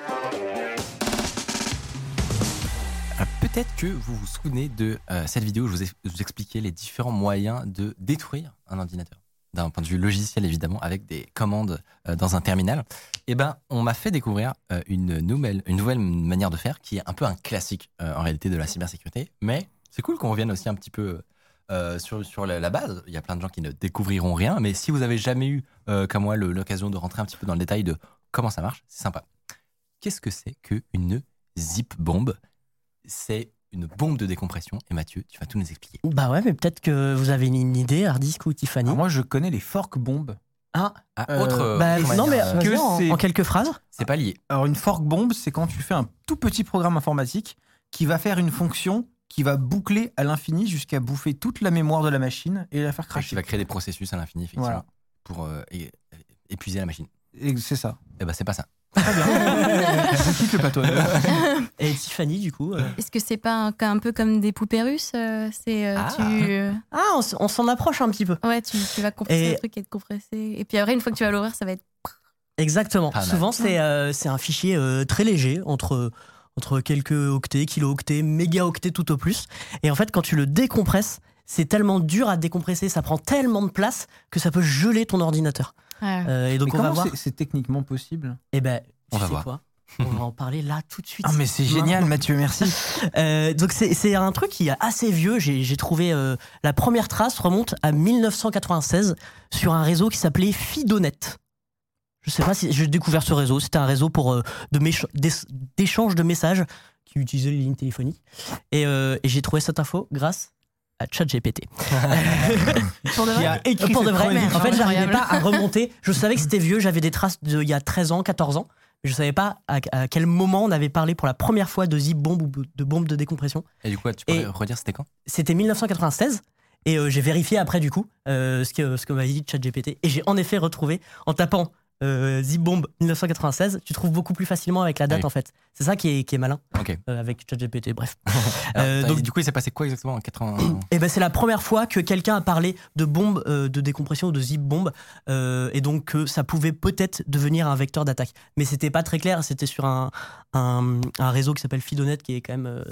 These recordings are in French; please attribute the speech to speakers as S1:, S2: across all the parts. S1: Euh, Peut-être que vous vous souvenez de euh, cette vidéo où je vous, ai- je vous expliquais les différents moyens de détruire un ordinateur. D'un point de vue logiciel, évidemment, avec des commandes euh, dans un terminal. Eh ben, on m'a fait découvrir euh, une, nouvelle, une nouvelle manière de faire qui est un peu un classique euh, en réalité de la cybersécurité. Mais c'est cool qu'on revienne aussi un petit peu euh, sur, sur la, la base. Il y a plein de gens qui ne découvriront rien. Mais si vous avez jamais eu, euh, comme moi, le- l'occasion de rentrer un petit peu dans le détail de comment ça marche, c'est sympa. Qu'est-ce que c'est qu'une zip bombe c'est une bombe de décompression. Et Mathieu, tu vas tout nous expliquer.
S2: Bah ouais, mais peut-être que vous avez une- une idée, Hardisk ou Tiffany.
S3: Alors Ah, moi, je connais les fork bombes.
S2: Ah,
S1: Ah,
S3: Euh,
S1: autre. euh,
S2: bah,
S1: autre
S2: non, mais
S1: manière, euh,
S3: que
S2: vas-y, en-
S3: c'est-
S2: en quelques phrases.
S1: c'est pas lié.
S3: Alors, une fork bombe, c'est quand tu fais un tout petit programme informatique qui va faire une fonction qui va boucler à l'infini jusqu'à bouffer toute la mémoire de la machine et la faire
S1: Qui
S3: cracher.
S1: va créer des processus à l'infini, effectivement,
S3: Voilà.
S1: pour euh, é- épuiser la machine.
S3: Et C'est ça.
S1: Et bah, c'est pas ça.
S3: Très bien. je quitte le plateau.
S2: Et Tiffany, du coup. euh,
S4: Est-ce que c'est pas un, un peu comme des poupées russes euh, C'est euh,
S1: Ah.
S4: tu, euh,
S2: Ah, on s- on s'en approche un petit peu.
S4: ouais, tu, tu vas compresser
S2: Et-
S4: le truc et te compresser. Et puis après, une fois que tu vas l'ouvrir, ça va être
S2: Exactement.
S1: Pas mal.
S2: Souvent, c'est euh, c'est un fichier euh, très léger, entre, entre quelques octets, kilo-octets, méga-octets tout au plus. Et en fait, quand tu le décompresses, c'est tellement dur à décompresser, ça prend tellement de place que ça peut geler ton ordinateur.
S4: ouais.
S2: Euh, et donc,
S3: Mais
S2: on va
S3: comment
S2: voir.
S3: c'est- c'est techniquement possible
S2: Eh ben, tu
S1: On va
S2: sais
S1: voir.
S2: quoi on va en parler là tout de suite.
S3: Ah mais c'est génial Mathieu, merci.
S2: Euh, donc c'est c'est un truc qui est assez vieux. J'ai j'ai trouvé euh, la première trace remonte à 1996 sur un réseau qui s'appelait Fidonet. Je sais pas si j'ai découvert ce réseau. C'était un réseau pour euh, de méch- d'é- d'échange de messages qui utilisait les lignes téléphoniques. Et, euh, et j'ai trouvé cette info grâce à ChatGPT.
S4: Pour de
S3: Qui
S4: vrai
S3: a écrit
S2: Euh, Pour de
S3: cette
S2: vrai.
S3: chronique.
S2: En fait, j'arrivais
S4: Incroyable.
S2: pas à remonter. Je savais que c'était vieux. J'avais des traces de il y a 13 ans, 14 ans. Mais je savais pas à, à quel moment on avait parlé pour la première fois de zip bombe ou de bombe de décompression.
S1: Et du coup, tu pourrais
S2: Et-
S1: redire c'était quand
S2: c'était 1996. Et euh, j'ai vérifié après, du coup, euh, ce que, ce que m'avait dit ChatGPT. Et j'ai en effet retrouvé, en tapant euh, Zipbomb 1996, tu trouves beaucoup plus facilement avec la date,
S1: Ah oui.
S2: en fait. C'est ça qui est, qui est malin
S1: Ok.
S2: euh, avec ChatGPT, bref.
S1: Alors,
S2: Euh,
S1: t'as-
S2: donc-
S1: du coup, Ah, il s'est passé quoi exactement en 80
S2: Et ben c'est la première fois que quelqu'un a parlé de bombe euh, de décompression ou de zip bombe euh, et donc que ça pouvait peut-être devenir un vecteur d'attaque. Mais c'était pas très clair, c'était sur un, un, un réseau qui s'appelle Fidonet qui est quand même euh,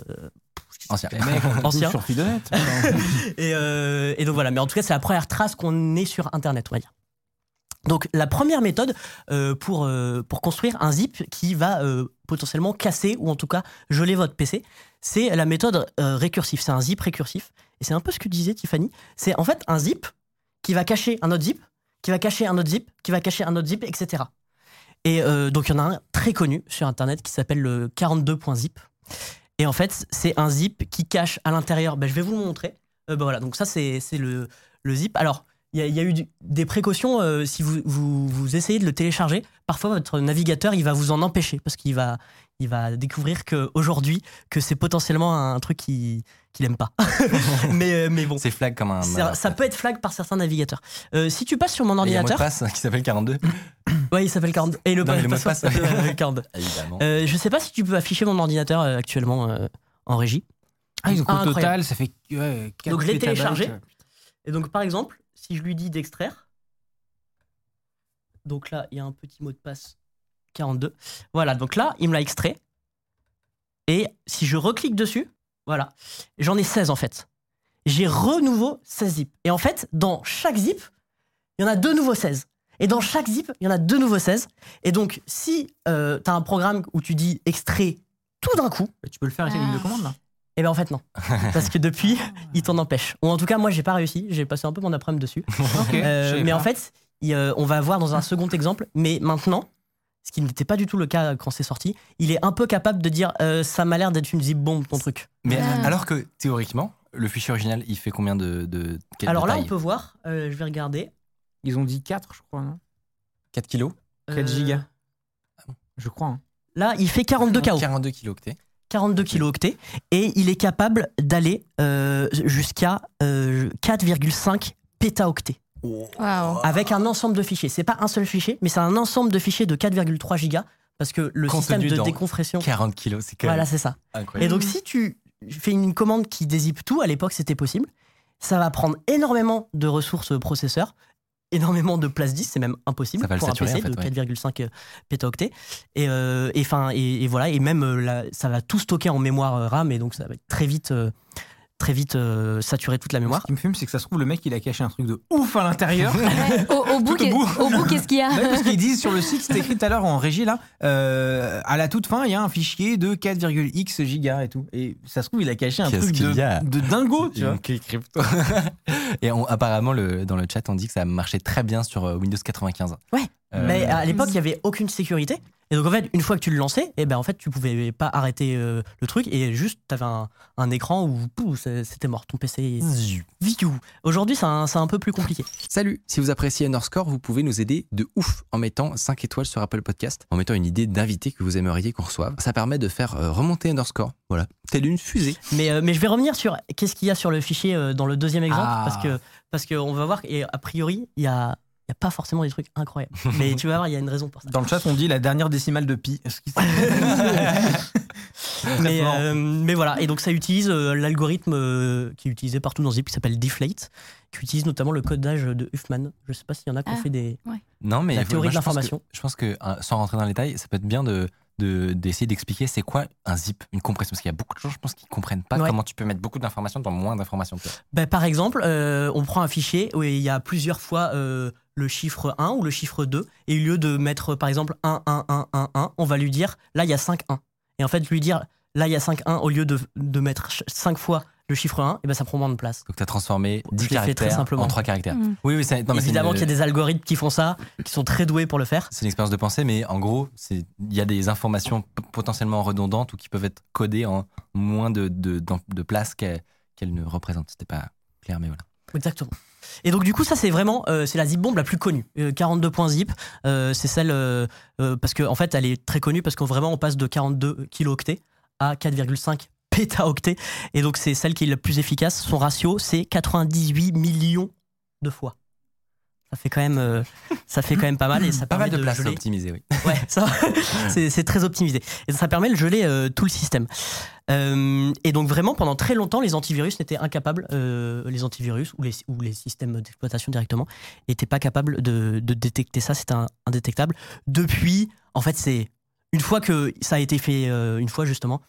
S1: Ancien.
S3: Les mecs, on
S2: Ancien.
S3: touche sur Fidonet.
S2: et, euh, et donc voilà, mais en tout cas, c'est la première trace qu'on ait sur Internet, on va dire. Donc la première méthode euh, pour, euh, pour construire un zip qui va euh, potentiellement casser ou en tout cas geler votre PC, c'est la méthode euh, récursive. C'est un zip récursif. Et c'est un peu ce que disait Tiffany. C'est en fait un zip qui va cacher un autre zip, qui va cacher un autre zip, qui va cacher un autre zip, etc. Et euh, donc il y en a un très connu sur Internet qui s'appelle le 42.zip. Et en fait, c'est un zip qui cache à l'intérieur, ben, je vais vous le montrer. Euh, bah voilà, donc ça c'est c'est le, le zip. Alors, il y, a- il y a eu du- des précautions, euh, si vous, vous, vous essayez de le télécharger, parfois votre navigateur, il va vous en empêcher, parce qu'il va, il va découvrir qu'aujourd'hui, que c'est potentiellement un truc qu'il qu'il aime pas.
S1: Ah,
S2: mais, euh, mais bon,
S1: C'est flag comme un. euh,
S2: ça, ça peut être flag par certains navigateurs. Euh, si tu passes sur mon
S1: Et il y a un mot de
S2: ordinateur,
S1: passe qui s'appelle 42.
S2: ouais, il s'appelle 42. Et le
S1: Non, mais le mot de
S2: password
S1: passe.
S2: s'appelle 42.
S1: Évidemment.
S2: Euh, je sais pas si tu peux afficher mon ordinateur euh, actuellement euh, en régie.
S3: Ah, donc, au
S2: Incroyable.
S3: total, ça fait ouais, quatre
S2: Donc, je l'ai
S3: pétabytes.
S2: téléchargé. Et donc, par exemple, si je lui dis d'extraire, donc là, il y a un petit mot de passe 42. Voilà, donc là, il me l'a extrait. Et si je reclique dessus, voilà, j'en ai 16 en fait. J'ai renouveau 16 zips. Et en fait, dans chaque zip, il y en a deux nouveaux 16. Et dans chaque zip, il y en a deux nouveaux 16. Et donc, si euh, tu as un programme où tu dis extrait tout d'un coup,
S3: Tu peux le faire avec la ligne de commande là
S2: eh ben en fait non. Parce que depuis, il t'en empêche. Ou en tout cas, moi, j'ai pas réussi. J'ai passé un peu mon après-midi dessus.
S3: Ok.
S2: Euh,
S3: je savais
S2: mais en
S3: pas.
S2: fait, il, euh, on va voir dans un second exemple. Mais maintenant, ce qui n'était pas du tout le cas quand c'est sorti, il est un peu capable de dire euh, ça m'a l'air d'être une zip bombe ton truc.
S1: Mais
S4: Ah.
S1: alors que théoriquement, le fichier original, il fait combien de. de quelle
S2: Alors là,
S1: taille
S2: on peut voir. euh, je vais regarder.
S3: ils ont dit 4 je crois non
S1: 4 kilos
S3: 4
S2: Euh,
S3: gigas. Je crois. hein.
S2: Là, il fait 42 KO.
S1: 42 kilooctets.
S2: 42 kilooctets et il est capable d'aller euh, jusqu'à euh, 4,5 pétaoctets
S4: Waouh.
S3: Ah.
S2: avec un ensemble de fichiers. C'est pas un seul fichier, mais c'est un ensemble de fichiers de 4,3 gigas parce que le
S1: Contenu
S2: système de
S1: dans-
S2: décompression.
S1: 40 kilos, c'est quand même
S2: Voilà, c'est ça. Et
S1: incroyable.
S2: donc, si tu fais une commande qui dézippe tout, à l'époque c'était possible, ça va prendre énormément de ressources euh, processeurs, énormément de place 10, c'est même impossible
S1: Ça va le
S2: pour un
S1: saturer,
S2: PC
S1: en fait,
S2: de
S1: ouais.
S2: 4,5 euh, pétaoctets. Et, euh, et, fin- et, et voilà, et même euh, la- ça va tout stocker en mémoire euh, RAM, et donc ça va être très vite, euh, très vite euh, saturer toute la
S3: Ce
S2: mémoire.
S3: qui me fume, c'est que ça se trouve, le mec, il a caché un truc de ouf à l'intérieur.
S4: Ouais, Au, au
S3: Tout
S4: bout,
S3: au
S4: qu'est-
S3: bout.
S4: au bout, qu'est-ce qu'il y a
S3: Ouais, parce qu'ils disent sur le site, c'était écrit tout à l'heure en régie, là, euh, à la toute fin, il y a un fichier de 4,x gigas et tout. Et ça se trouve, il a caché un
S1: Qu'est-ce
S3: truc
S1: qu'il
S3: de,
S1: y a
S3: de dingo, tu vois.
S1: Une clé crypto. et on- apparemment, le, dans le chat, on dit que ça marchait très bien sur euh, Windows 95.
S2: Ouais,
S1: Euh,
S2: Mais à l'époque, il n'y avait aucune sécurité. Et donc, en fait, une fois que tu le lançais, et ben, en fait, tu pouvais pas arrêter euh, le truc et juste, tu avais un, un écran où pouf, c'est- c'était mort. Ton PC. Viu. Aujourd'hui, c'est un, c'est un peu plus compliqué.
S1: Salut Si vous appréciez Underscore, vous pouvez nous aider de ouf en mettant 5 étoiles sur Apple Podcast, en mettant une idée d'invité que vous aimeriez qu'on reçoive. Ça permet de faire euh, remonter Underscore, voilà, telle une fusée.
S2: Mais, euh, mais je vais revenir sur qu'est-ce qu'il y a sur le fichier euh, dans le deuxième exemple
S1: Ah.
S2: parce que parce qu'on va voir et a priori, il y a, il y a pas forcément des trucs incroyables. mais tu vas voir, il y a une raison pour ça.
S3: Dans le chat, on dit la dernière décimale de pi. Ce qui-
S2: mais,
S3: fort.
S2: euh, mais voilà, et donc ça utilise euh, l'algorithme euh, qui est utilisé partout dans Zip qui s'appelle Deflate, qui utilise notamment le codage de Huffman. Je sais pas s'il y en a qui ont
S4: Ah.
S2: fait des.
S1: Non, mais
S2: La
S1: faut-
S2: théorie
S1: moi,
S2: de
S1: je pense
S2: l'information.
S1: que- Je pense que, hein, sans rentrer dans les détails, ça peut être bien de de- d'essayer d'expliquer c'est quoi un zip, une compression. Parce qu'il y a beaucoup de gens, je pense, qui comprennent pas
S2: Ouais.
S1: comment tu peux mettre beaucoup d'informations dans moins d'informations. tu vois.
S2: Bah, par exemple, euh, on prend un fichier où il y a plusieurs fois euh, le chiffre 1 ou le chiffre 2, et au lieu de mettre par exemple 1, 1, 1, 1, 1, on va lui dire là il y a 5, 1. Et en fait, lui dire là il y a 5, 1 au lieu de, de mettre 5 fois le chiffre 1, et ben ça prend moins de place.
S1: Donc tu as transformé 10
S2: Je l'ai fait très
S1: caractères
S2: simplement.
S1: en 3 caractères.
S4: Mm.
S1: Oui, oui, ça- non, mais c'est
S2: Évidemment
S1: une-
S2: qu'il y a des algorithmes qui font ça, qui sont très doués pour le faire.
S1: C'est une expérience de pensée, mais en gros, c'est- il y a des informations p- potentiellement redondantes ou qui peuvent être codées en moins de, de, d'en- de place qu'elles qu'elles ne représentent. C'était pas clair, mais voilà.
S2: Exactement. Et donc du coup ça c'est vraiment euh, c'est la zip bombe la plus connue. Euh, 42 points zip, euh, c'est celle euh, euh, parce que en fait elle est très connue parce qu'on vraiment on passe de 42 kilooctets à 4,5 pétaoctets et donc c'est celle qui est la plus efficace. Son ratio c'est 98 millions de fois. Ça fait quand même euh, ça fait quand même pas mal et ça
S1: Pas mal
S2: permet
S1: de hein. places
S2: geler-
S1: optimisées, oui.
S2: Ouais, ça, c'est c'est très optimisé. Et ça permet de geler euh, tout le système. Euh, et donc vraiment, pendant très longtemps, les antivirus n'étaient incapables, euh, les antivirus ou les, ou les systèmes d'exploitation directement, n'étaient pas capables de, de détecter ça, c'était un- indétectable. Depuis, en fait, c'est une fois que ça a été fait, euh, une fois justement,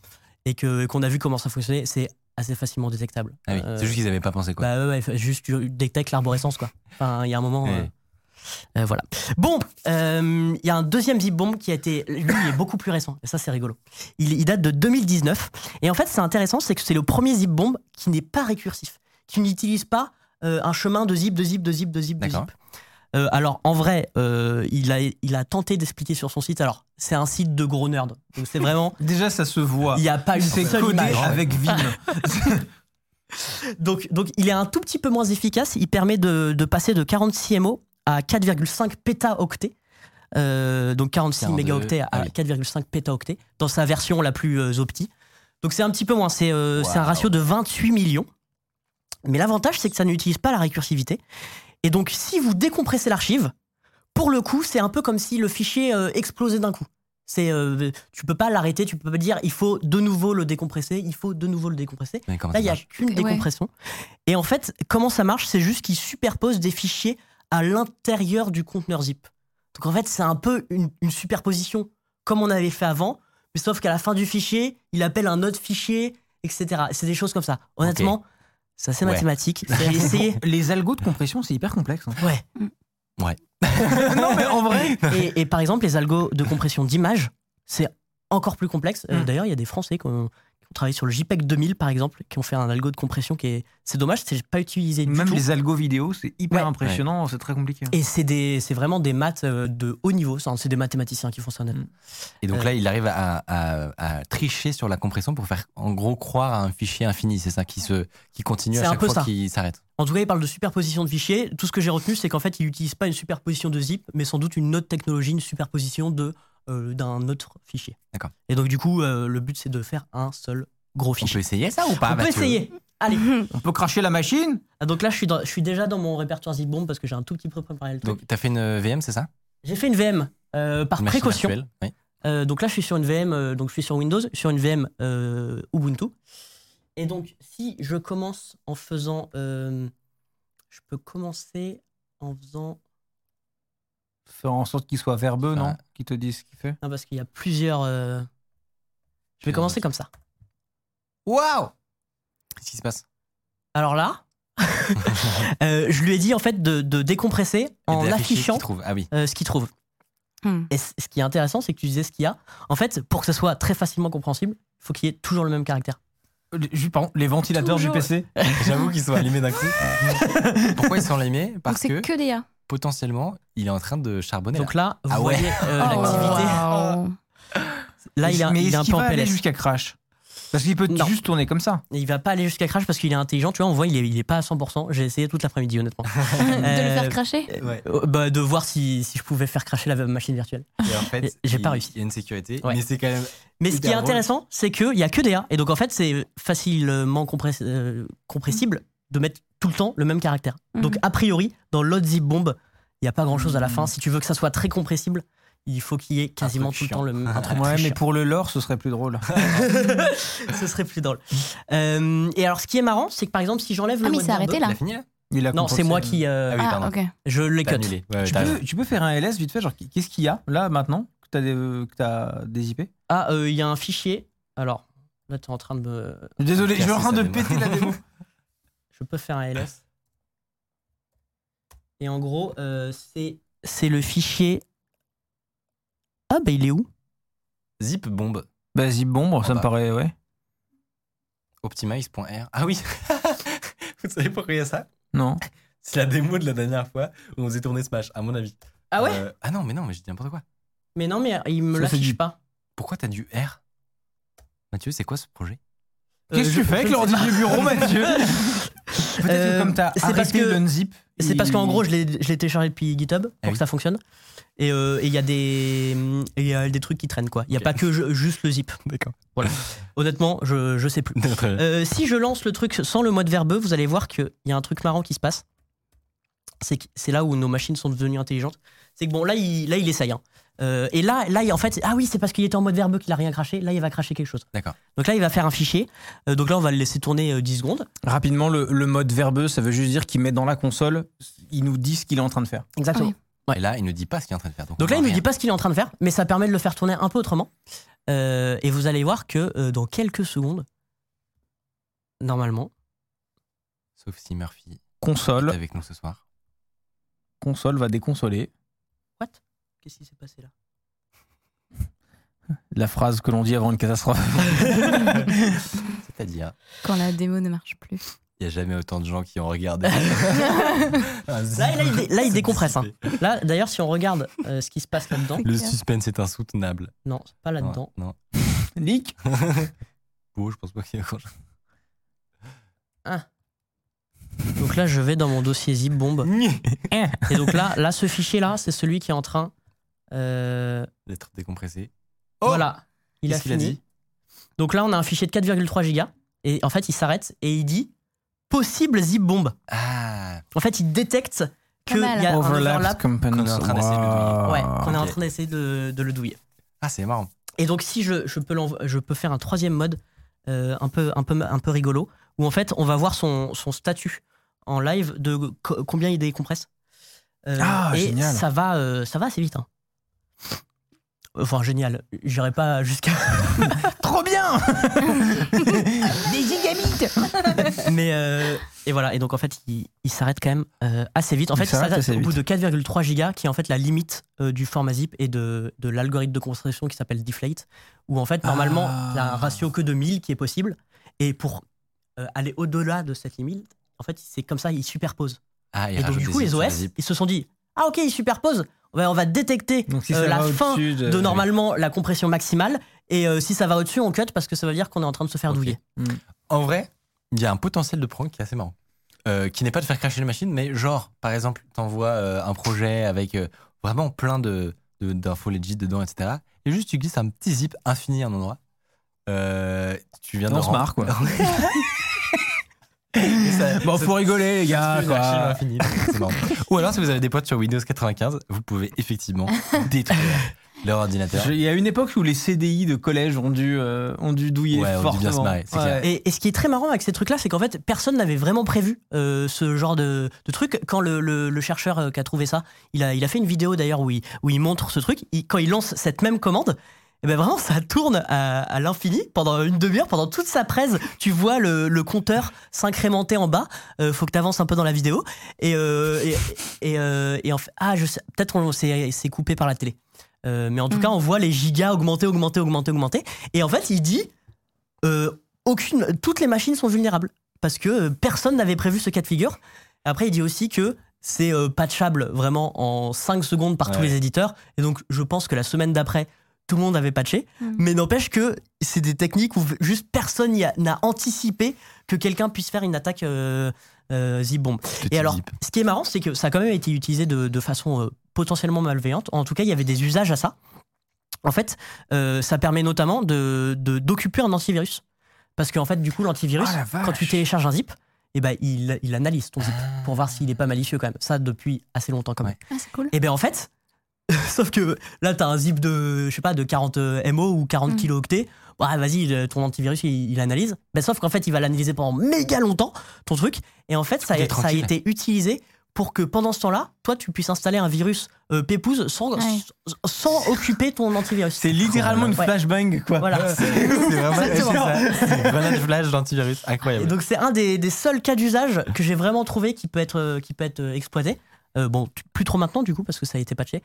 S2: et que- qu'on a vu comment ça fonctionnait, c'est assez facilement détectable.
S1: Ah oui,
S2: Euh,
S1: C'est juste qu'ils n'avaient pas pensé quoi.
S2: bah ouais, ouais, juste tu détectes l'arborescence quoi. Enfin, il y a un moment.
S1: Ouais.
S2: euh, euh, voilà. Bon, euh, il y a un deuxième zip bomb qui a été, lui, il est beaucoup plus récent. Et ça, c'est rigolo. Il, il date de 2019. Et en fait, c'est intéressant, c'est que c'est le premier zip bomb qui n'est pas récursif, qui n'utilise pas euh, un chemin de zip, de zip, de zip, de zip, de
S1: D'accord.
S2: zip. Euh, alors, en vrai, euh, il, a, il a tenté d'expliquer sur son site. Alors, c'est un site de gros nerds. Donc, c'est vraiment,
S3: Déjà, ça se voit.
S2: il n'y a pas une
S3: C'est
S2: seule
S3: codé
S2: image.
S3: avec Vim.
S2: Donc, donc il est un tout petit peu moins efficace. Il permet de, de passer de 46 MO à 4,5 pétaoctets. Euh, donc 46
S1: 42,
S2: mégaoctets à
S1: ah oui.
S2: 4,5 pétaoctets dans sa version la plus euh, opti. Donc c'est un petit peu moins. C'est euh, c'est un
S1: Wow.
S2: ratio de 28 millions. Mais l'avantage, c'est que ça n'utilise pas la récursivité. Et donc, si vous décompressez l'archive, pour le coup, c'est un peu comme si le fichier euh, explosait d'un coup. C'est, euh, tu peux pas l'arrêter, tu peux pas dire il faut de nouveau le décompresser, il faut de nouveau le décompresser.
S1: Mais comment
S2: Là,
S1: ça
S2: il n'y a
S1: marche
S2: qu'une
S4: Ouais.
S2: décompression. Et en fait, comment ça marche C'est juste qu'ils superposent des fichiers à l'intérieur du conteneur zip. Donc en fait, c'est un peu une, une superposition comme on avait fait avant, mais sauf qu'à la fin du fichier, il appelle un autre fichier, etc. C'est des choses comme ça. Honnêtement, c'est assez
S1: Ouais.
S2: mathématique. J'ai essayé.
S3: Les algos de compression, c'est hyper complexe. hein.
S2: Ouais.
S1: Ouais.
S2: non, mais en vrai. Et, et par exemple, les algos de compression d'image, c'est encore plus complexe. Euh,
S3: Mm.
S2: D'ailleurs, il y a des Français qui ont, qui ont travaillé sur le JPEG 2000 par exemple, qui ont fait un algo de compression qui est. C'est dommage, c'est pas utilisé du
S3: Même
S2: tout.
S3: les algos vidéo, c'est hyper
S2: Ouais.
S3: impressionnant, c'est très compliqué. hein.
S2: Et c'est des- c'est vraiment des maths euh, de haut niveau, ça, c'est des mathématiciens qui font ça honnêtement.
S1: Et donc
S2: Euh.
S1: là, il arrive à, à- à tricher sur la compression pour faire en gros croire à un fichier infini, c'est ça qui, se, qui continue à
S2: C'est un
S1: chaque
S2: peu
S1: fois
S2: ça.
S1: qu'il s'arrête.
S2: En tout cas, il parle de superposition de fichiers. Tout ce que j'ai retenu, c'est qu'en fait, il n'utilise pas une superposition de zip, mais sans doute une autre technologie, une superposition de euh, d'un autre fichier.
S1: D'accord.
S2: Et donc du coup, euh, le but c'est de faire un seul gros
S1: On
S2: fichier.
S1: peut essayer ça ou pas
S2: On peut
S1: Mathieu
S2: essayer. Allez.
S3: On peut cracher la machine
S2: Ah, donc là, je suis, dans- je suis déjà dans mon répertoire zip bomb parce que j'ai un tout petit peu préparé le truc.
S1: Donc, t'as fait une euh, VM, c'est ça
S2: J'ai fait une VM euh, par
S1: Une machine
S2: Oh, précaution.
S1: virtuelle, oui.
S2: Euh, donc là, je suis sur une VM, euh, donc je suis sur Windows, sur une VM euh, Ubuntu. Et donc, si je commence en faisant, euh, je peux commencer en faisant,
S3: Faire en sorte qu'il soit verbeux,
S1: Ça-
S3: non Qu'il te dise ce qu'il fait.
S2: non, parce qu'il y a plusieurs. euh, Je
S1: Euh,
S2: vais commencer comme ça.
S3: Waouh
S1: Qu'est-ce qui se passe
S2: Alors là, euh, je lui ai dit en fait de, de décompresser en
S1: Et d'afficher
S2: affichant
S1: qui trouve. Ah oui.
S2: euh, ce qu'il trouve.
S4: Hmm.
S2: Et c- ce qui est intéressant, c'est que tu disais ce qu'il y a. En fait, pour que ce soit très facilement compréhensible, il faut qu'il y ait toujours le même caractère.
S3: Juste, pardon, les ventilateurs
S4: Toujours.
S3: du PC.
S1: J'avoue qu'ils sont allumés d'un coup. Pourquoi ils sont allumés
S4: Donc
S1: Parce
S4: c'est
S1: que
S4: que des A.
S1: potentiellement, il est en train de charbonner.
S2: Donc là, vous
S1: Ah ouais.
S2: voyez euh,
S1: Oh,
S2: l'activité.
S4: waouh.
S2: Là, il, a,
S3: Mais
S2: il est
S3: est-ce
S2: un
S3: qu'il
S2: peu en
S3: va aller
S2: PLS.
S3: jusqu'à crash Parce qu'il peut
S2: Non.
S3: juste tourner comme ça.
S2: Il va pas aller jusqu'à crash parce qu'il est intelligent. Tu vois, on voit, il est, il est pas à 100%. J'ai essayé toute l'après-midi, honnêtement.
S4: de le
S2: Euh,
S4: faire cracher
S2: Euh, bah, de voir si, si je pouvais faire cracher la machine virtuelle.
S1: Et en fait,
S2: Et j'ai
S1: il-
S2: pas réussi.
S1: Il y a une sécurité,
S2: Ouais.
S1: mais c'est quand même.
S2: Mais ce qui est
S1: Hyper drôle.
S2: intéressant, c'est qu'il n'y a que des A. Et donc, en fait, c'est facilement compress- euh, compressible de mettre tout le temps le même caractère.
S4: Mhm.
S2: euh, Donc, a priori, dans l'autre zip bomb, il n'y a pas grand chose à la fin.
S1: Mhm.
S2: Si tu veux que ça soit très compressible, il faut qu'il y ait quasiment tout
S1: truc
S2: le temps le même. un truc
S3: Ouais,
S2: très
S3: mais
S2: chiant.
S3: pour le lore, ce serait plus drôle.
S2: ce serait plus drôle. Euh, et alors, ce qui est marrant, c'est que par exemple, si j'enlève le.
S4: Ah, mais
S2: mode
S4: c'est arrêté
S2: verbeux-
S4: là.
S1: Il a fini là
S3: Il a
S2: Non,
S3: compensé.
S2: c'est moi qui. euh,
S1: Ah oui,
S4: Ah,
S1: pardon.
S4: ok.
S2: Je les
S1: hein T'as
S2: cut.
S1: annulé. Ouais,
S3: Tu
S1: t'as
S3: peux,
S1: raison.
S3: tu peux faire un LS vite fait, genre qu'est-ce qu'il y a là maintenant que t'as des, euh, que t'as des IP
S2: Ah, euh, il y a un fichier. Alors, là, tu es en train de me.
S3: Désolé,
S1: Casser
S3: je suis en train
S1: sa
S3: de
S1: démo.
S3: péter la démo.
S2: Je peux faire un ls. Et en gros, euh, c'est c'est le fichier. Ah bah il est où
S1: Zip bomb
S3: Vas-y, bon, bon,
S1: Ah
S3: ça me
S1: bah.
S3: paraît, ouais.
S1: optimize.r. Ah oui Vous savez pourquoi il y a ça
S3: Non.
S1: C'est la démo de la dernière fois où on faisait tourner Smash, à mon avis.
S2: Ah ouais
S1: Euh, Ah non, mais non, mais je dis n'importe quoi.
S2: Mais non, mais il me
S3: Ça, c'est
S2: l'affiche
S3: du-
S2: pas.
S1: Pourquoi t'as du R Mathieu, c'est quoi ce projet
S3: Qu'est-ce que tu fais avec l'ordi du bureau, Mathieu Peut-être
S2: Euh,
S3: que comme t'as
S2: c'est
S3: arrêté
S2: parce que-
S3: d'unzip.
S2: C'est parce
S3: il-
S2: qu'en gros, je l'ai je l'ai téléchargé depuis GitHub pour
S1: Ah oui.
S2: que ça fonctionne. Et euh, et il y a des et il y a des trucs qui traînent quoi. Il n'y a
S1: Ok.
S2: pas que je- juste le zip.
S1: D'accord.
S2: Honnêtement, je je sais plus. Euh, si je lance le truc sans le mode verbeux, vous allez voir qu'il y a un truc marrant qui se passe. C'est que- c'est là où nos machines sont devenues intelligentes. C'est que bon, là, il, là, il essaye. hein. Euh, et là, là, il- en fait, ah oui, c'est parce qu'il était en mode verbeux qu'il a rien craché. Là, il va cracher quelque chose.
S1: D'accord.
S2: Donc là, il va faire un fichier. Euh, donc là, on va le laisser tourner euh, 10 secondes.
S3: Rapidement, le, le mode verbeux, ça veut juste dire qu'il met dans la console, il nous dit ce qu'il est en train de faire.
S2: Exactement.
S4: Oui.
S1: Et là, il ne dit pas ce qu'il est en train de faire. Donc,
S2: Donc
S1: on
S2: là, il
S1: voit
S2: ne dit
S1: rien.
S2: pas ce qu'il est en train de faire, mais ça permet de le faire tourner un peu autrement. Euh, et vous allez voir que euh, dans quelques secondes, normalement,
S1: Sauf si Murphy est
S3: Console,
S1: avec nous ce soir.
S3: console va déconsoler.
S2: qu'est-ce qui s'est passé là
S3: La phrase que l'on dit avant une catastrophe.
S1: C'est-à-dire,
S4: Quand la démo ne marche plus.
S1: il n'y a jamais autant de gens qui ont regardé. Un Ah, zip.
S2: Là, là, il dé- là, il
S1: C'est
S2: décompresse, hein.
S1: dissipé.
S2: Là, d'ailleurs, si on regarde euh, ce qui se passe là-dedans,
S1: Le
S4: clair.
S1: suspense est insoutenable.
S2: non, c'est pas là-dedans.
S1: Ouais, non.
S3: Leak
S1: Bon, je pense pas qu'il y a grand chose.
S2: Donc là, je vais dans mon dossier zip bombe. Et donc là, là, ce fichier-là, c'est celui qui est en train. euh,
S1: D'être décompressé.
S2: voilà, il a
S1: Oh. Qu'est-ce qu'il a
S2: fini.
S1: dit
S2: donc là, on a un fichier de 4,3 gigas. Et en fait, il s'arrête et il dit possible zip bombe.
S1: Ah,
S2: En fait, il détecte
S4: Pas
S2: qu'il y
S4: mal.
S2: a un
S3: Overlap
S2: overlap.
S3: components.
S1: Qu'on est en train d'essayer de le
S2: Ouais, qu'on est en
S1: Ah, ok.
S2: train d'essayer de, de le douiller.
S1: ah c'est marrant.
S2: Et donc, si je, je peux, l'envo- je peux faire un troisième mode euh, un, peu, un, peu, un peu rigolo, où en fait, on va voir son, son statut en live de co- combien il décompresse. Euh,
S3: Ah,
S2: et
S3: génial.
S2: Ça va, euh, ça va assez vite. hein. Enfin, génial. J'irai pas jusqu'à.
S3: Trop bien
S1: Euh,
S3: Des gigabytes
S2: Mais. euh, et voilà. Et donc, en fait, il, il s'arrête quand même euh, assez vite. En
S3: Il
S2: fait, il
S3: s'arrête
S2: s'arrête
S3: assez
S2: au bout
S3: vite.
S2: de 4,3 gigas, qui est en fait la limite euh, du format zip et de, de l'algorithme de concentration qui s'appelle Deflate, où en fait, normalement,
S3: Ah.
S2: il y a un ratio que de 1000 qui est possible. Et pour euh, aller au-delà de cette limite, en fait, c'est comme ça, il superpose.
S1: Ah, il
S2: Et, donc,
S1: rajoute
S2: du
S1: des
S2: coup,
S1: zips
S2: les
S1: sur la
S2: OS,
S1: zip.
S2: ils se sont dit Ah, ok, ils superposent. Ouais, on va détecter
S3: Donc si
S2: Euh,
S3: ça
S2: la
S3: va
S2: fin
S3: au-dessus de,
S2: de normalement la compression maximale. Et euh, si ça va au-dessus, on cut parce que ça veut dire qu'on est en train de se faire
S1: Ok.
S2: douiller.
S1: En vrai, il y a un potentiel de prank qui est assez marrant. Euh, qui n'est pas de faire cracher les machines, mais genre, par exemple, t'envoies euh, un projet avec euh, vraiment plein de de- d'infos legit dedans, etc. Et juste, tu glisses un petit zip infini à un endroit. Euh, tu viens
S3: On
S1: de
S3: se
S1: rem-
S3: marre, quoi.
S1: Et ça-
S3: Bon,
S1: ça-
S3: faut rigoler, les
S1: ça
S3: gars.
S1: suit une machine
S3: Quoi.
S1: infinie, donc c'est marrant. Ah, Ou alors, si vous avez des potes sur Windows 95, vous pouvez effectivement détruire leur ordinateur.
S3: Je- Il y a une époque où les CDI de collège ont dû, euh, ont dû douiller
S1: Ouais, ont dû
S3: fortement.
S1: bien se marrer, c'est clair.
S2: Et, et ce qui est très marrant avec ces trucs-là, c'est qu'en fait, personne n'avait vraiment prévu euh, ce genre de, de truc. Quand le, le- le chercheur euh, qui a trouvé ça, il a, il a fait une vidéo d'ailleurs où il, où il montre ce truc. Il- quand il lance cette même commande, et ben vraiment, ça tourne à, à l'infini pendant une demi-heure, pendant toute sa presse. Tu vois le, le compteur s'incrémenter en bas. Euh, faut que tu avances un peu dans la vidéo. Et, euh, et, et, euh, et en fait, ah, je sais- peut-être on c'est c'est coupé par la télé. Euh, mais en tout
S4: Mm.
S2: cas, on voit les gigas augmenter, augmenter, augmenter, augmenter. Et en fait, il dit euh, aucune, toutes les machines sont vulnérables parce que euh, personne n'avait prévu ce cas de figure. Après, il dit aussi que c'est euh, patchable vraiment en 5 secondes par tous
S1: Ouais.
S2: les éditeurs. Et donc, je pense que la semaine d'après, tout le monde avait patché.
S4: Mm.
S2: Mais n'empêche que c'est des techniques où juste personne n'y a- n'a anticipé que quelqu'un puisse faire une attaque euh, euh, zip bomb.
S1: Petit
S2: Et alors,
S1: zip.
S2: ce qui est marrant, c'est que ça a quand même été utilisé de, de façon euh, potentiellement malveillante. En tout cas, il y avait des usages à ça. En fait, euh, ça permet notamment de de- d'occuper un antivirus. Parce qu'en fait, du coup, l'antivirus,
S3: Ah, la vache.
S2: quand tu télécharges un zip, eh ben, il, il analyse ton zip pour voir s'il n'est pas malicieux quand même. Ça, depuis assez longtemps quand même.
S1: Ouais.
S4: Ah, c'est cool.
S2: Et bien en fait, sauf que là, t'as un zip de, je sais pas, de 40 MO ou 40
S4: Mm.
S2: kilooctets. Bah, vas-y, le- ton antivirus, il, il analyse. Ben, sauf qu'en fait, il va l'analyser pendant méga longtemps, ton truc. Et en fait, ça,
S1: t'es
S2: a- ça a
S1: tranquille.
S2: été utilisé pour que pendant ce temps-là, toi, tu puisses installer un virus euh, pépouze sans,
S4: Ouais.
S2: s- sans occuper ton antivirus.
S3: C'est littéralement une
S2: Ouais.
S3: flashbang, quoi.
S2: Voilà.
S1: C'est vraiment
S2: Exactement.
S1: c'est ça, c'est une grenade flash d'antivirus. Incroyable.
S2: Et donc c'est un des, des seuls cas d'usage que j'ai vraiment trouvé qui peut être, euh, qui peut être euh, exploité. Euh, bon, tu- plus trop maintenant du coup parce que ça a été patché.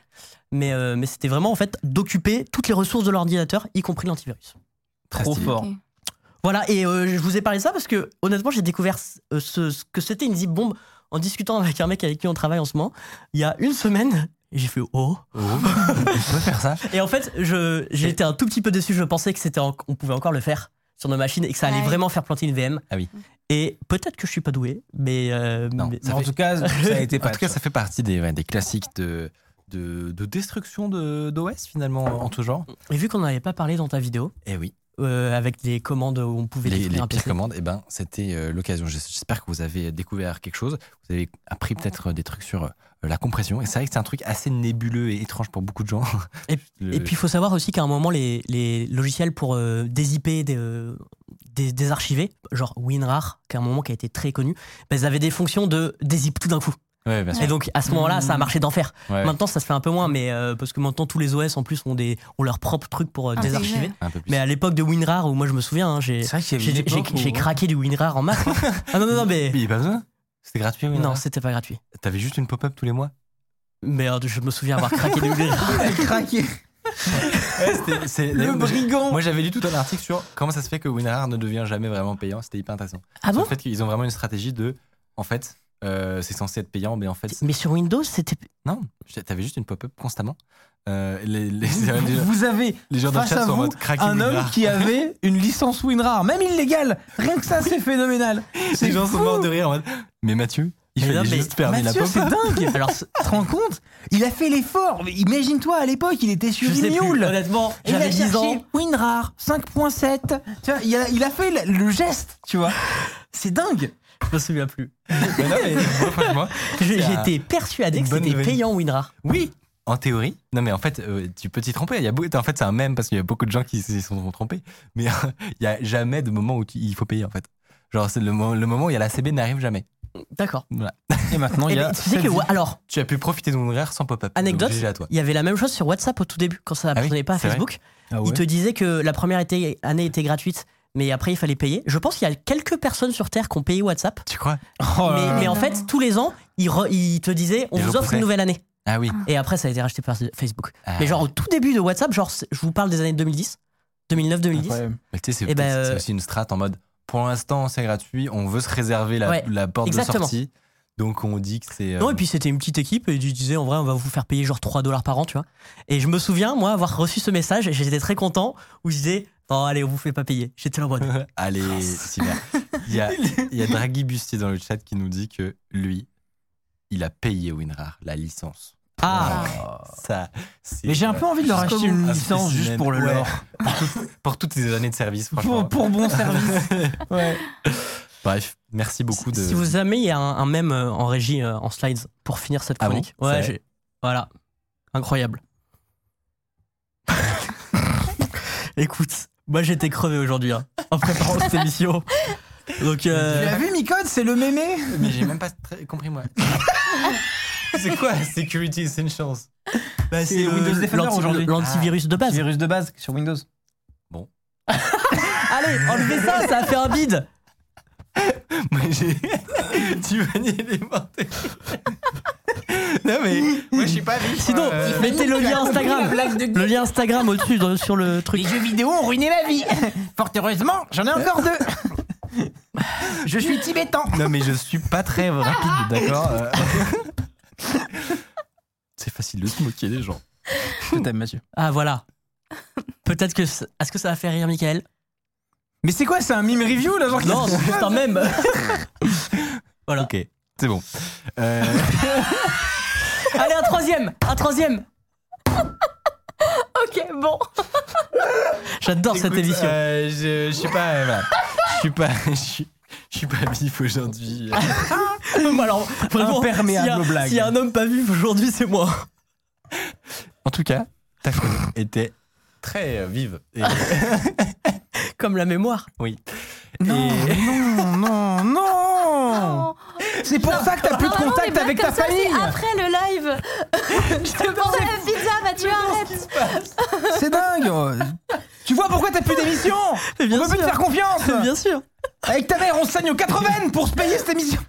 S2: Mais, euh, mais c'était vraiment en fait d'occuper toutes les ressources de l'ordinateur, y compris l'antivirus.
S1: Très
S3: Trop
S1: stylé.
S3: fort.
S4: Ok.
S2: Voilà, et euh, je vous ai parlé de ça parce que honnêtement j'ai découvert ce- euh, ce, ce que c'était une zip bombe en discutant avec un mec avec qui on travaille en ce moment il y a une semaine. Et j'ai fait oh.
S1: Oh. On peut faire ça.
S2: Et en fait, je- j'ai été un tout petit peu déçu. Je pensais que c'était en- on pouvait encore le faire sur nos machines et que ça allait
S4: Ouais.
S2: vraiment faire planter une VM.
S1: Ah oui.
S2: Et peut-être que je suis pas doué, mais, euh,
S1: Non,
S2: mais-
S1: ça
S3: en
S1: fait-
S3: tout cas, ça a été
S1: En
S3: pas.
S1: tout cas, ça fait partie des, ouais, des classiques de, de, de destruction de- d'OS finalement en tout genre.
S2: Et vu qu'on n'en avait pas parlé dans ta vidéo,
S1: Et oui,
S2: euh, avec les commandes où on pouvait
S1: les,
S2: détruire
S1: les
S2: un
S1: pires
S2: PC.
S1: commandes, eh ben, c'était euh, l'occasion. J'es- J'espère que vous avez découvert quelque chose. Vous avez appris peut-être des trucs sur euh, la compression. Et c'est vrai que c'est un truc assez nébuleux et étrange pour beaucoup de gens. Le-
S2: Et puis il faut savoir aussi qu'à un moment, les, les logiciels pour euh, dézipper, des, euh, des- désarchiver, genre WinRAR, qui est un moment qui a été très connu, ben, ils avaient des fonctions de dézip tout d'un coup.
S1: Ouais, bien sûr.
S2: Et donc à ce moment-là, ça a marché d'enfer.
S1: Ouais,
S2: Maintenant, ça se fait un peu moins, mais euh, parce que maintenant, tous les OS en plus ont, des, ont leur propre truc pour euh,
S4: Ah,
S2: désarchiver.
S4: déjà.
S1: un peu plus.
S2: Mais à l'époque de WinRAR, où moi je me souviens, hein, j'ai
S3: C'est vrai qu'il y
S2: j'ai-
S3: avait une
S2: j'ai-
S3: époque où-
S2: j'ai craqué du WinRAR en masse. ah non, non, non, mais.
S1: Mais il n'y a pas besoin. C'était gratuit. oui,
S2: Non, c'était pas gratuit.
S1: T'avais juste une pop-up tous les mois.
S2: Mais euh, je me souviens avoir craqué du WinRAR.
S3: craqué.
S1: C'était- c'est-
S3: Le
S1: d'ailleurs, moi, j'ai-
S3: brigand.
S1: Moi, j'avais lu tout un article sur comment ça se fait que WinRAR ne devient jamais vraiment payant. C'était hyper intéressant.
S2: Ah
S1: Sur
S2: bon
S1: le fait qu'ils ont vraiment une stratégie de, en fait, euh, c'est censé être payant, mais en fait, c'est-
S2: Mais sur Windows, c'était.
S1: non, je- t'avais juste une pop-up constamment. Euh, les, les, les-
S3: Vous avez
S1: les gens dans le
S3: face
S1: chat
S3: à
S1: sont en
S3: vous
S1: mode craquer
S3: un homme
S1: WinRAR.
S3: qui avait une licence WinRAR, même illégale. Rien que ça, c'est phénoménal.
S1: Les
S3: C'est
S1: gens sont
S3: fou.
S1: morts de rire en mode, mais Mathieu, il
S2: Mais
S1: fallait
S2: non, mais
S1: juste fermer la
S3: Mathieu, c'est
S1: pop-up.
S3: dingue.
S2: Alors, c-
S3: Tu te rends compte Il a fait l'effort. Mais Imagine-toi à l'époque, il était sur
S2: je sais
S3: une
S2: plus.
S3: mule.
S2: Honnêtement,
S3: Il a
S2: j'avais 10
S3: cherché
S2: ans.
S3: WinRAR 5.7. Tu vois, il a, il a fait le, le geste, tu vois. C'est dingue.
S2: Je me souviens plus.
S1: Mais non, mais, bon, franchement,
S2: Je-
S1: C'est un-
S2: J'étais persuadé
S1: une
S2: que
S1: bonne
S2: c'était
S1: nouvelle.
S2: payant WinRAR.
S1: oui. En théorie, non mais en fait, euh, tu peux t'y tromper. Il y a beaucoup, en fait, c'est un même parce qu'il y a beaucoup de gens qui s'y sont trompés. Mais il n'y a jamais de moment où tu- il faut payer en fait. Genre c'est le, mo- le moment où il y a la CB n'arrive jamais.
S2: D'accord.
S3: Et maintenant,
S2: Eh
S3: il y
S2: ben,
S3: a.
S2: tu sais
S3: cette
S2: que,
S3: vie-
S2: ouais, alors,
S1: Tu as pu profiter de mon horaire sans pop-up.
S2: Anecdote.
S1: Donc, GG à toi.
S2: il y avait la même chose sur WhatsApp au tout début, quand ça
S1: Ah oui,
S2: appartenait pas à
S1: c'est vrai.
S2: Facebook.
S3: Ah
S2: Il
S3: ouais.
S2: te disait que la première été- année était gratuite, mais après il fallait payer. Je pense qu'il y a quelques personnes sur Terre qui ont payé WhatsApp,
S1: Tu crois
S3: Oh là
S2: mais,
S3: là.
S2: mais en
S4: non.
S2: fait, tous les ans, il, re- il te disait on
S1: Il
S2: vous offre
S1: repoussait.
S2: une nouvelle année.
S1: Ah oui.
S2: Et après, ça a été racheté par Facebook.
S1: Ah.
S2: Mais genre, au tout début de WhatsApp, genre, c'est- je vous parle des années 2010, 2009, 2010.
S3: Incroyable.
S1: Mais tu sais, c'est
S2: Eh ben,
S1: peut-être- c'est
S2: euh,
S1: aussi une strate en mode pour l'instant, c'est gratuit, on veut se réserver la,
S2: Ouais,
S1: la porte
S2: exactement.
S1: de sortie. Donc on dit que c'est. euh,
S2: Non, et puis c'était une petite équipe et ils disaient en vrai, on va vous faire payer genre 3 dollars par an, tu vois. Et je me souviens, moi, avoir reçu ce message, et j'étais très content où je disais, non, allez, on vous fait pas payer. J'étais là en mode.
S1: Allez, Sylvain. Oh, Il y a, il y a Draghi Bustier dans le chat qui nous dit que lui, il a payé WinRAR la licence.
S2: Ah,
S1: Ça, Oh, c'est,
S3: Mais j'ai un peu
S1: euh,
S3: envie de leur
S4: Jusqu'au
S3: acheter une
S1: un
S3: licence juste
S1: spécimen.
S3: pour le
S1: Ouais.
S3: lore.
S1: Pour, tout- pour toutes les années de service, franchement.
S3: Pour, pour bon service. Ouais.
S1: Bref, merci beaucoup de.
S2: Si vous aimez, il y a un, un mème euh, en régie, euh, en slides, pour finir cette
S1: Ah bon
S2: chronique.
S1: C'est
S2: ouais,
S1: vrai
S2: j'ai- voilà. Incroyable. Écoute, moi j'étais crevé aujourd'hui hein, en préparant cette émission. Donc, euh,
S3: Tu l'as vu, Micode C'est le mémé
S1: Mais j'ai même pas très compris, moi. c'est quoi Security Essentials
S3: bah,
S2: c'est le- euh, l'anti- L'antivirus de base.
S3: Virus de base sur Windows. Ah.
S2: Allez, enlevez ça, ça a fait un bide.
S1: Moi, j'ai. tu vas nier les mortels. non, mais moi, euh, je suis pas vite.
S2: Sinon, mettez le lien Instagram. Le lien Instagram au-dessus dans- sur le truc.
S3: Les jeux vidéo ont ruiné ma vie. Fort heureusement, j'en ai encore deux. Je suis tibétain.
S1: Non, mais je suis pas très rapide, d'accord euh. C'est facile de se moquer des gens.
S3: Je t'aime, Mathieu.
S2: Ah voilà. Peut-être que. c- Est-ce que ça va faire rire Michael
S3: Mais c'est quoi, c'est un mime review là genre,
S2: Non,
S3: qu'est-ce
S2: c'est
S3: que
S2: juste un mème. voilà.
S1: Ok, c'est bon. Euh,
S2: Allez, un troisième Un troisième
S4: Ok, bon.
S2: J'adore cette
S1: écoute,
S2: émission.
S1: euh, je, je suis pas. euh, voilà. Je suis pas. Je suis, je suis pas vif aujourd'hui.
S2: Alors, vraiment,
S3: Imperméable
S2: s'il y a-
S3: aux blagues.
S2: S'il y a un homme pas vif aujourd'hui, c'est moi.
S1: En tout cas, ta chronique était très euh, vive. Et,
S2: Comme la mémoire.
S1: oui.
S3: Non,
S1: Et-
S3: non, non, non.
S4: Oh.
S3: C'est pour ça que t'as plus de
S4: Normalement,
S3: contact
S4: les blagues
S3: avec ta
S4: comme ça, c'est
S3: famille.
S4: Après le live, je te demandais la pizza, bah tu arrêtes.
S3: C'est dingue. euh. Tu vois pourquoi t'as plus d'émission
S2: Mais
S3: On
S2: bien
S3: peut plus te faire
S2: sûr.
S3: confiance.
S2: Mais bien sûr.
S3: Avec ta mère, on se saigne aux 80 pour se payer cette émission.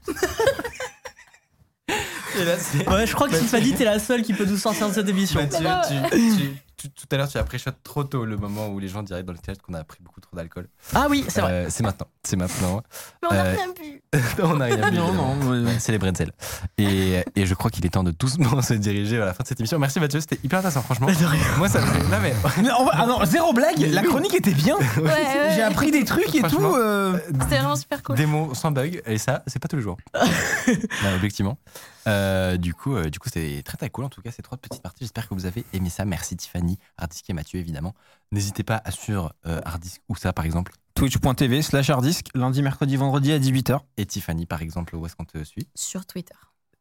S1: Et là, Bah, c'est.
S2: Ouais, je crois que Tiffany, t'es la seule qui peut nous sortir de cette émission.
S1: Mathieu,
S4: non.
S1: tu, tu- tu- tout à l'heure, tu as pré trop tôt le moment où les gens diraient dans le théâtre qu'on a pris beaucoup trop d'alcool.
S2: Ah oui, c'est vrai.
S1: Euh, c'est maintenant. C'est maintenant.
S4: Mais on n'a
S1: Euh,
S4: rien bu.
S1: Non, on n'a rien bu, évidemment. Ouais, c'est les bretzels. Et, et je crois qu'il est temps de doucement se diriger vers la fin de cette émission. Merci Mathieu, c'était hyper intéressant, franchement. Moi, ça me fait. Non, mais.
S3: Non, ah non, zéro blague, la chronique était bien.
S4: Ouais, ouais.
S3: J'ai appris des trucs et
S1: Franchement.
S3: tout. euh,
S4: C'était vraiment super cool.
S1: Des mots sans bug, et ça, c'est pas tous les jours. Non, objectivement. Euh, du coup, euh, du coup, c'est très très cool. En tout cas, ces trois petites parties. J'espère que vous avez aimé ça. Merci Tiffany, Hardisk et Mathieu, évidemment. N'hésitez pas à suivre euh, Hardisk ou ça, par exemple,
S3: Twitch.tv slash hardisk, lundi, mercredi, vendredi à 18h.
S1: et Tiffany, par exemple, où est-ce qu'on te suit
S4: Sur Twitter.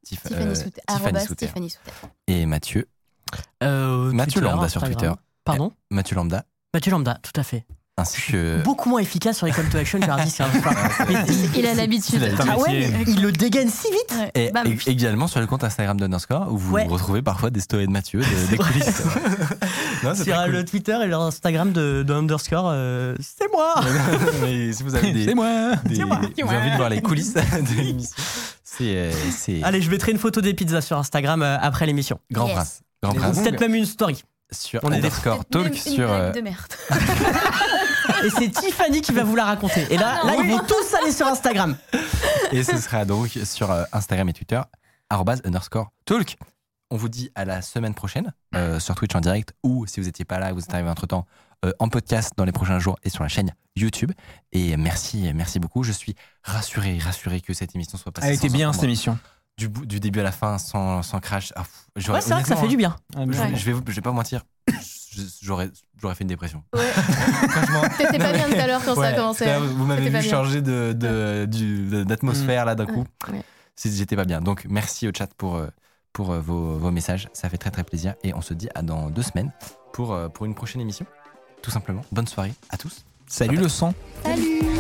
S1: Tif- euh,
S4: Tiffany Souter.
S1: Tiffany
S4: Arrobas
S1: Souter.
S4: Tiffany Souter.
S1: Et Mathieu,
S2: Euh,
S1: Mathieu
S2: Twitter,
S1: Lambda sur
S2: Instagram.
S1: Twitter.
S2: Pardon
S1: Mathieu Lambda,
S2: Mathieu Lambda, tout à fait.
S1: ainsi que.
S2: Beaucoup moins efficace sur les call to action, j'ai dit, c'est un
S4: Il a l'habitude.
S1: C'est la-
S2: Ah ouais, mais il le dégaine si vite
S4: Ouais,
S1: Et
S4: bam.
S1: ég- également sur le compte Instagram d'Underscore, où vous
S2: Bah Ouais.
S1: retrouvez parfois des stories de Mathieu, de- des coulisses. Non, Ah, c'est
S2: Sur
S1: très cool.
S2: le Twitter et leur Instagram de, de underscore, euh, c'est moi
S1: Mais si vous avez des,
S3: C'est moi.
S1: des-
S2: C'est moi.
S1: vous avez envie de voir les coulisses de l'émission, c'est euh, c'est
S2: Allez, je mettrai une photo des pizzas sur Instagram euh, après l'émission.
S1: Grand
S4: Yes.
S1: Prince. Grand
S3: Les
S1: Prince
S3: Google.
S2: Peut-être même une story.
S1: sur
S2: On est des-
S1: Underscore
S4: Peut-être
S1: Talk
S4: même une
S1: sur
S4: blague
S1: euh,
S4: de merde.
S2: Et c'est Tiffany qui va vous la raconter. Et là, là ils vont tous aller sur Instagram.
S1: et ce sera donc sur euh, Instagram et Twitter arrobase underscore talk. On vous dit à la semaine prochaine euh, sur Twitch en direct ou si vous n'étiez pas là et vous êtes arrivé entre temps en podcast dans les prochains jours et sur la chaîne YouTube. Et merci, merci beaucoup. Je suis rassuré, rassuré que cette émission soit passée.
S3: Elle était
S1: sans
S3: bien
S1: encombre.
S3: cette émission.
S1: du, bout- du début à la fin sans, sans crash. Ah, pff, j'aurais-
S2: Ouais, c'est vrai que ça
S1: honnêtement,
S2: fait du bien.
S3: Ah,
S1: Je,
S4: Ouais.
S1: je vais, vous- je vais pas mentir, je- j'aurais, j'aurais fait une dépression.
S4: Ouais.
S1: Franchement.
S4: T'étais pas bien tout à l'heure quand ça a
S1: ouais,
S4: commencé.
S1: là,
S4: hein.
S1: vous m'avez
S4: T'étais pas
S1: vu
S4: bien.
S1: changer de, de- du- de- d'atmosphère là d'un coup.
S4: Ouais.
S1: Si j'étais pas bien. Donc merci au chat pour, euh, pour euh, vos, vos messages. Ça fait très très plaisir. Et on se dit à dans deux semaines pour, euh, pour une prochaine émission. Tout simplement. Bonne soirée à tous.
S3: Salut le sang.
S4: Salut